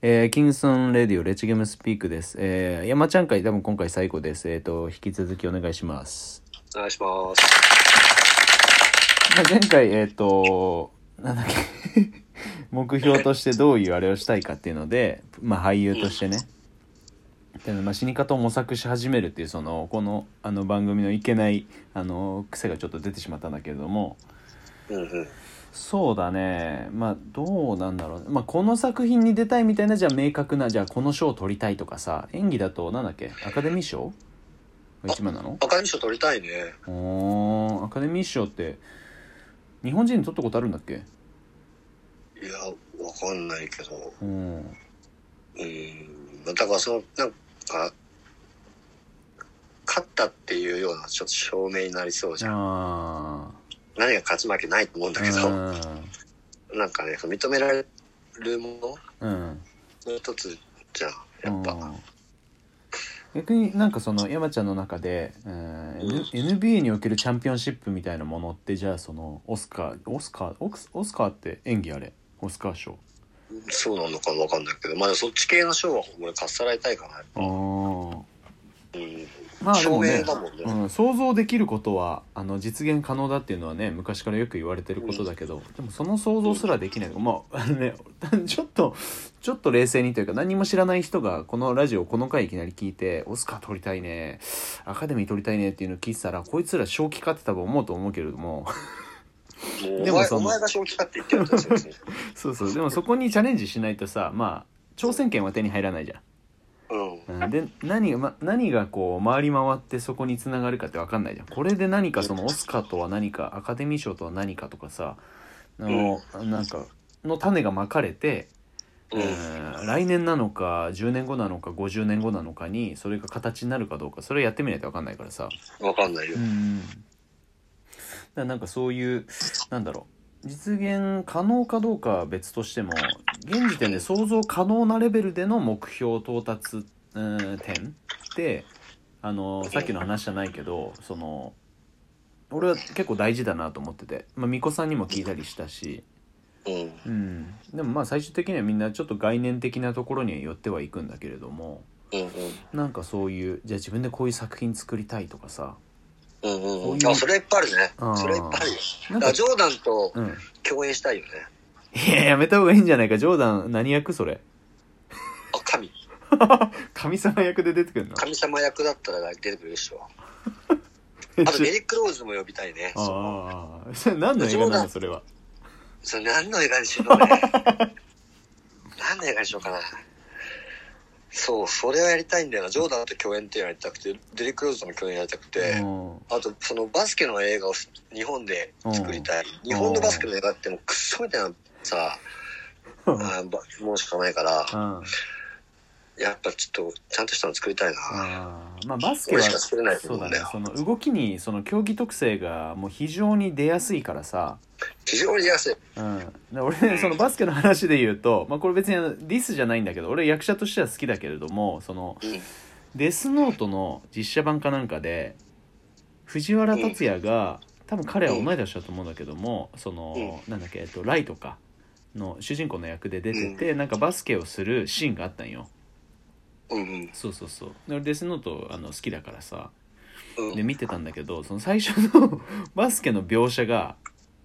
えーキングソンレディオ、レチゲームスピークです。えー、山ちゃん会、多分今回最後です。えっ、と、引き続きお願いします。お願いします。まあ前回、えっ、と、なんだっけ、 目標としてどういうあれをしたいかっていうので、まあ俳優としてね、っていうのまあ、死に方を模索し始めるっていう、その、この、あの番組のいけない、あの、癖がちょっと出てしまったんだけれども、うんうん。そうだねまあどうなんだろう、まあ、この作品に出たいみたいなじゃあ明確なじゃあこの賞を取りたいとかさ演技だとなんだっけアカデミー賞が一番なのアカデミー賞取りたいね。おーアカデミー賞って日本人に取ったことあるんだっけいや、わかんないけど。うんうん。だからその、なんか、勝ったっていうようなちょっと証明になりそうじゃん。あ何が勝ち負けないと思うんだけど、ーなんかね、認められるものうんうんの一つじゃん。やっうぱ。ん逆になんかその山ちゃんの中で、うん、N- NBA におけるチャンピオンシップみたいなものってじゃあそのオスカーオスカーオクスオスカーって演技あれオスカー賞そうなのかわかんないけど、まあそっち系の賞は俺かっさらいたいかな。あーうん。まあでも証ね明だもんねうん、想像できることはあの実現可能だっていうのはね昔からよく言われてることだけど、でもその想像すらできない、まああのね ちょっとちょっと冷静にというか何も知らない人がこのラジオこの回いきなり聞いて「オスカー取りたいねアカデミー取りたいね」っていうのを聞いてたらこいつら正気かって多分思うと思うけれども もうでおも前そのお前が正気かって言ってるんですよ。 そうそうでもそこにチャレンジしないとさまあ挑戦権は手に入らないじゃん。うん。うんで何が、ま、何がこう回り回ってそこにつながるかって分かんないじゃんこれで何かそのオスカーとは何かアカデミー賞とは何かとかさあの、なんかの種がまかれて、うん。うん来年なのか10年後なのか50年後なのかにそれが形になるかどうかそれやってみないと分かんないからさ、わかんないよ。うん、だからなんかそういうなんだろう実現可能かどうかは別としても現時点で想像可能なレベルでの目標到達、うん点ってあのさっきの話じゃないけどその俺は結構大事だなと思ってて、まあ、巫女さんにも聞いたりしたし、うん。うん、でもまあ最終的にはみんなちょっと概念的なところには寄ってはいくんだけれどもうんなんかそういうじゃあ自分でこういう作品作りたいとかさうんうんそううんいうん。うあ、それいっぱいあるねあー。それいっぱいあるよ。なんだかからジョーダンとうん共演したいよね。いや、やめた方がいいんじゃないか。ジョーダン、何役それ。 あ、神。神様役で出てくるの神様役だったら出てくるでしょ。めっあと、デちゃリック・ローズも呼びたいね。ああ。それ何の映画なのそれは。それ何の映画にしようか ね。何の映画にしようかな。そう、それはやりたいんだよな。ジョーダンと共演っていうのやりたくて、デリック・ローズとも共演やりたくてう、んうんあと、そのバスケの映画を日本で作りたい。日本のバスケの映画ってもうクソみたいなさ、あばものしかないから、あやっぱちょっと、ちゃんとしたの作りたいな。あまあ、バスケ俺はし、か作れないとそ思うだうんねだよ。。その動きに、その競技特性がもう非常に出やすいからさ。非常に安い。うん。だから俺ね、そのバスケの話で言うと、まあこれ別にあのディスじゃないんだけど、俺役者としては好きだけれども、その、うん。デスノートの実写版かなんかで藤原竜也が、多分彼は同い年だと思うんだけども、その、なんだっけ、えっと、ライとかの主人公の役で出てて、なんかバスケをするシーンがあったんようんそうそうそうで俺デスノートあの好きだからさうん。うでん。見てたんだけどその最初の バスケの描写が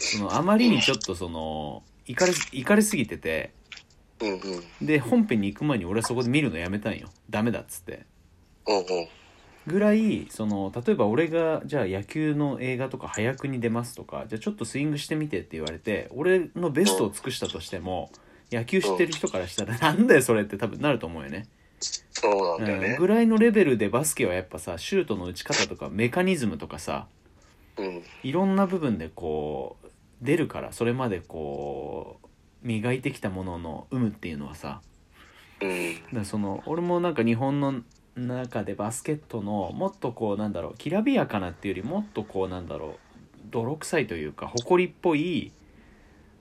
そのあまりにちょっとそのいかれいかれすぎててうん。うん。うん。で本編に行く前に俺はそこで見るのやめたんよダメだっつってうん。ぐらいその例えば俺がじゃあ野球の映画とか早くに出ますとかじゃあちょっとスイングしてみてって言われて俺のベストを尽くしたとしても野球知ってる人からしたらなんだよそれって多分なると思うよね、そうなんだようん、ねぐ。らいのレベルでバスケはやっぱさシュートの打ち方とかメカニズムとかさうん。いろんな部分でこう出るからそれまでこう磨いてきたものの有無っていうのはさうん。だからその俺もなんか日本の中でバスケットのもっとこうなんだろうきらびやかなっていうよりもっとこうなんだろう泥臭いというか誇りっぽい、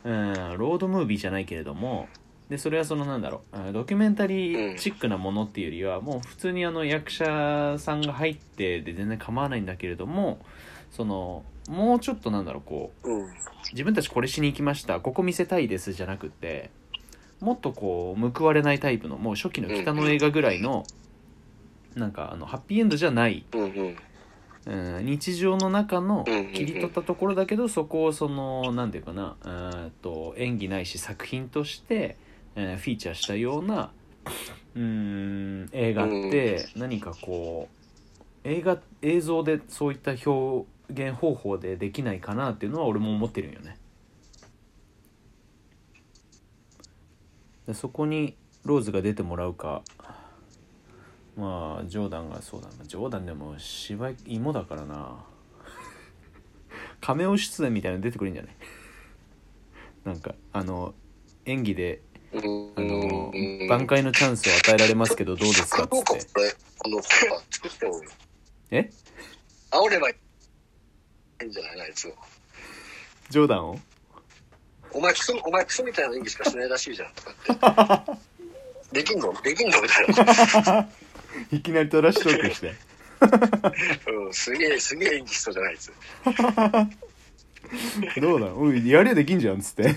うん、ロードムービーじゃないけれどもでそれはそのなんだろううんドキュメンタリーチックなものっていうよりはもう普通にあの役者さんが入ってで全然構わないんだけれどもそのもうちょっとなんだろうこううん。自分たちこれしに行きましたここ見せたいですじゃなくてもっとこう報われないタイプのもう初期の北の映画ぐらいのなんかあのハッピーエンドじゃない、うんうんうん、日常の中のうんうんうん切り取ったところだけどそこをその何て言うかなうーんと演技ないし作品として、えーフィーチャーしたようなうーん映画って何かこう映画映像でそういった表現方法でできないかなっていうのは俺も思ってるんよね。でそこにローズが出てもらうかまあジョーダンがそうだなジョーダンでも芝居芋だからな 亀尾出演みたいなの出てくるんじゃない なんかあの演技でうんあのうん挽回のチャンスを与えられますけどどうですかっつどうっかてこれあのほら作ってもえ煽ればいいんじゃないあいつをジョーダンをお前クソお前クソみたいな演技しかしないらしいじゃんとかって できんのできんのみたいな、いきなりトラッシュトークしてうん、すげえすげえ演技しそうじゃないあいつどうだおいやりゃできんじゃんっつって いや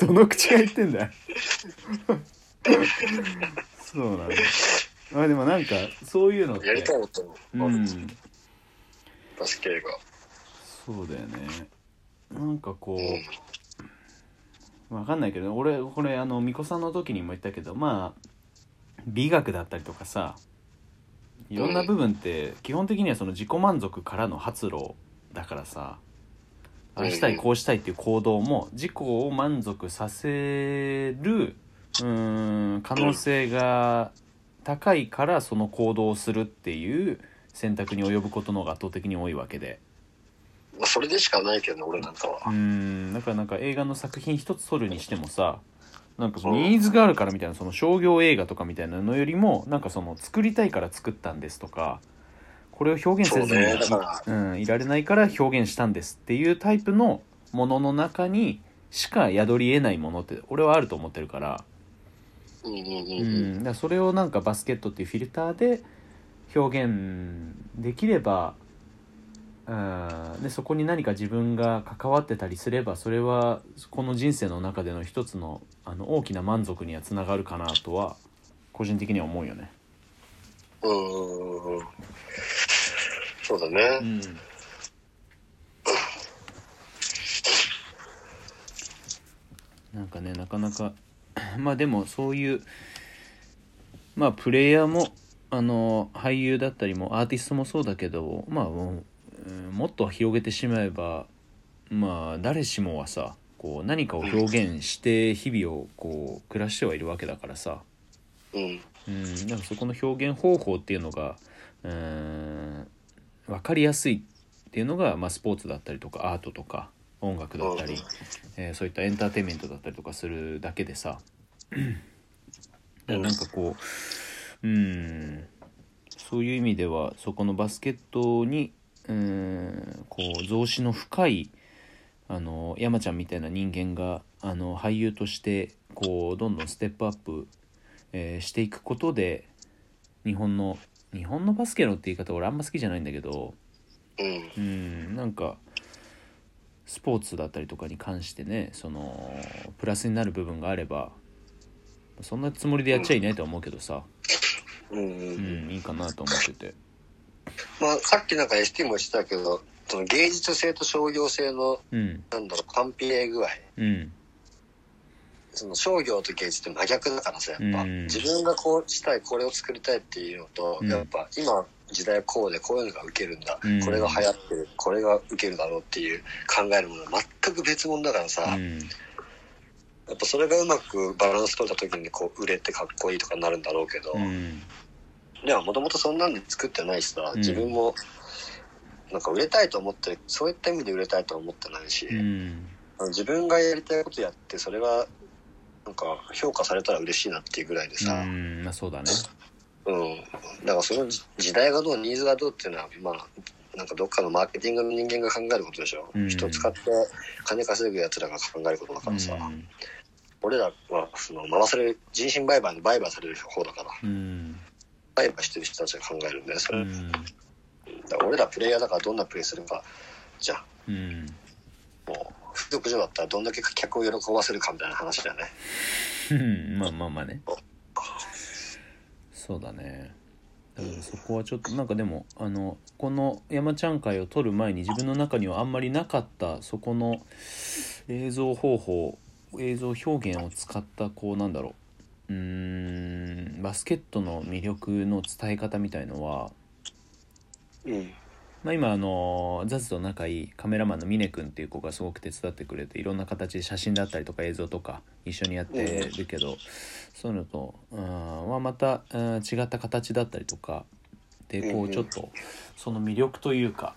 どの口が言ってんだよ そうなんだまあでもなんかそういうのってやりたいもんと思う、うんバスケがそうだよねなんかこうんうわかんないけど俺これあの巫女さんの時にも言ったけどまあ美学だったりとかさいろんな部分って基本的にはその自己満足からの発露だからさああしたいこうしたいっていう行動も自己を満足させるうーん可能性が高いからその行動をするっていう選択に及ぶことの方が圧倒的に多いわけで。まあ、それでしかないけどね俺なんかはうーんだからなんか映画の作品一つ撮るにしてもさなんかそのうんニーズがあるからみたいなその商業映画とかみたいなのよりもなんかその作りたいから作ったんですとかこれを表現せずにそうねだかうん、いられないから表現したんですっていうタイプのものの中にしか宿り得ないものって俺はあると思ってるから,、うんうんううんうんん、だからそれをなんかバスケットっていうフィルターで表現できればうんでそこに何か自分が関わってたりすればそれはこの人生の中での一つのあの大きな満足にはつながるかなとは個人的には思うよね。うんうんうんそうだね、ん、なんかねなかなか まあでもそういうまあプレイヤーもあの俳優だったりもアーティストもそうだけどまあもううんもっと広げてしまえばまあ誰しもはさこう何かを表現して日々をこう暮らしてはいるわけだからさ、うんうん、なんかそこの表現方法っていうのがうーん分かりやすいっていうのが、まあ、スポーツだったりとかアートとか音楽だったり、えーそういったエンターテインメントだったりとかするだけでさだからなんかこううんそういう意味ではそこのバスケットにうんこう増資の深いあの山ちゃんみたいな人間があの俳優としてこうどんどんステップアップ、えーしていくことで日本の日本のバスケのって言い方俺あんま好きじゃないんだけどうんうんなんかスポーツだったりとかに関してねそのプラスになる部分があればそんなつもりでやっちゃいないとは思うけどさ、うんうんううんん、いいかなと思ってて。まあ、さっきなんか ST も言ってたけどその芸術性と商業性のうんなんだろう完璧具合うんその商業と芸術って真逆だからさやっぱ、うん自分がこうしたいこれを作りたいっていうのと、うんやっぱ今時代はこうでこういうのが受けるんだ、うんこれが流行ってるこれが受けるだろうっていう考えるものは全く別物だからさ、うやんっぱそれがうまくバランス取れた時にこう売れてかっこいいとかになるんだろうけど、うんでももともとそんなんで作ってないしさうん自分もなんか売れたいと思ってそういった意味で売れたいとは思ってないし、うんあの自分がやりたいことやってそれがなんか評価されたら嬉しいなっていうぐらいでうさ、んまあそうだねうんだからその時時代がどうニーズがどうっていうのはまあなんかどっかのマーケティングの人間が考えることでしょ、うん人を使って金稼ぐやつらが考えることだからさ、うん俺らはその回される人身売買の売買される方だからうん売買してる人たちが考えるんだよそうれ、んだから俺らプレイヤーだからどんなプレイするかじゃんうんもう風俗嬢だったらどんだけ客を喜ばせるかみたいな話だよね。うん まあまあまあねそうだねだからそこはちょっとなんかでもあのこの山ちゃん会を撮る前に自分の中にはあんまりなかったそこの映像方法映像表現を使ったこうなんだろううーんバスケットの魅力の伝え方みたいのは、うん。まあ、今あのザズと仲いいカメラマンの峰君っていう子がすごく手伝ってくれていろんな形で写真だったりとか映像とか一緒にやってるけど、そういうのとうんはまたうん違った形だったりとかでこうんううんちょっとその魅力というか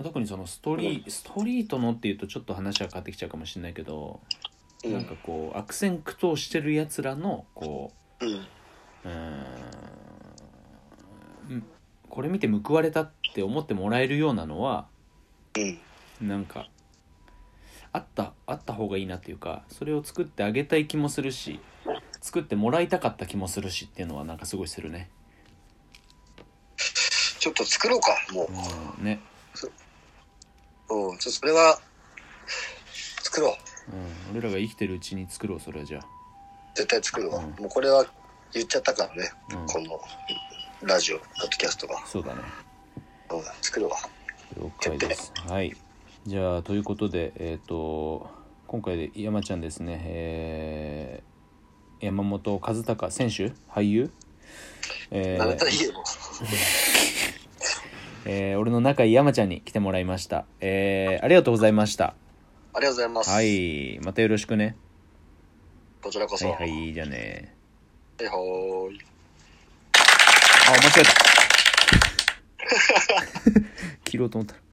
特にそのストリーストリートのっていうとちょっと話は変わってきちゃうかもしれないけどうなんかこう悪戦苦闘してるやつらのこうん。ううーんんこれ見て報われたって思ってもらえるようなのはうん。なんかあったあった方がいいなっていうかそれを作ってあげたい気もするし作ってもらいたかった気もするしっていうのはなんかすごいするね。ちょっと作ろうか、もうん、ね、う。うん。ちょっとそれは、作ろう。うん、俺らが生きてるうちに作ろうそれはじゃあ。絶対作るわ。うんもうこれは言っちゃったからね。うんこの、ラジオ、ポッドキャストが。そうだねうん。作るわ。了解です。はい。じゃあということでえっ、と今回で山ちゃんですね、えー山本和孝選手俳優、えーあなたいいよ。えー俺の仲いい山ちゃんに来てもらいました。えーありがとうございました。ありがとうございます。はい、またよろしくね。こちらこはそ。いはい、じゃあね。はいはーい。 あ、間違えた。切ろうと思ったら。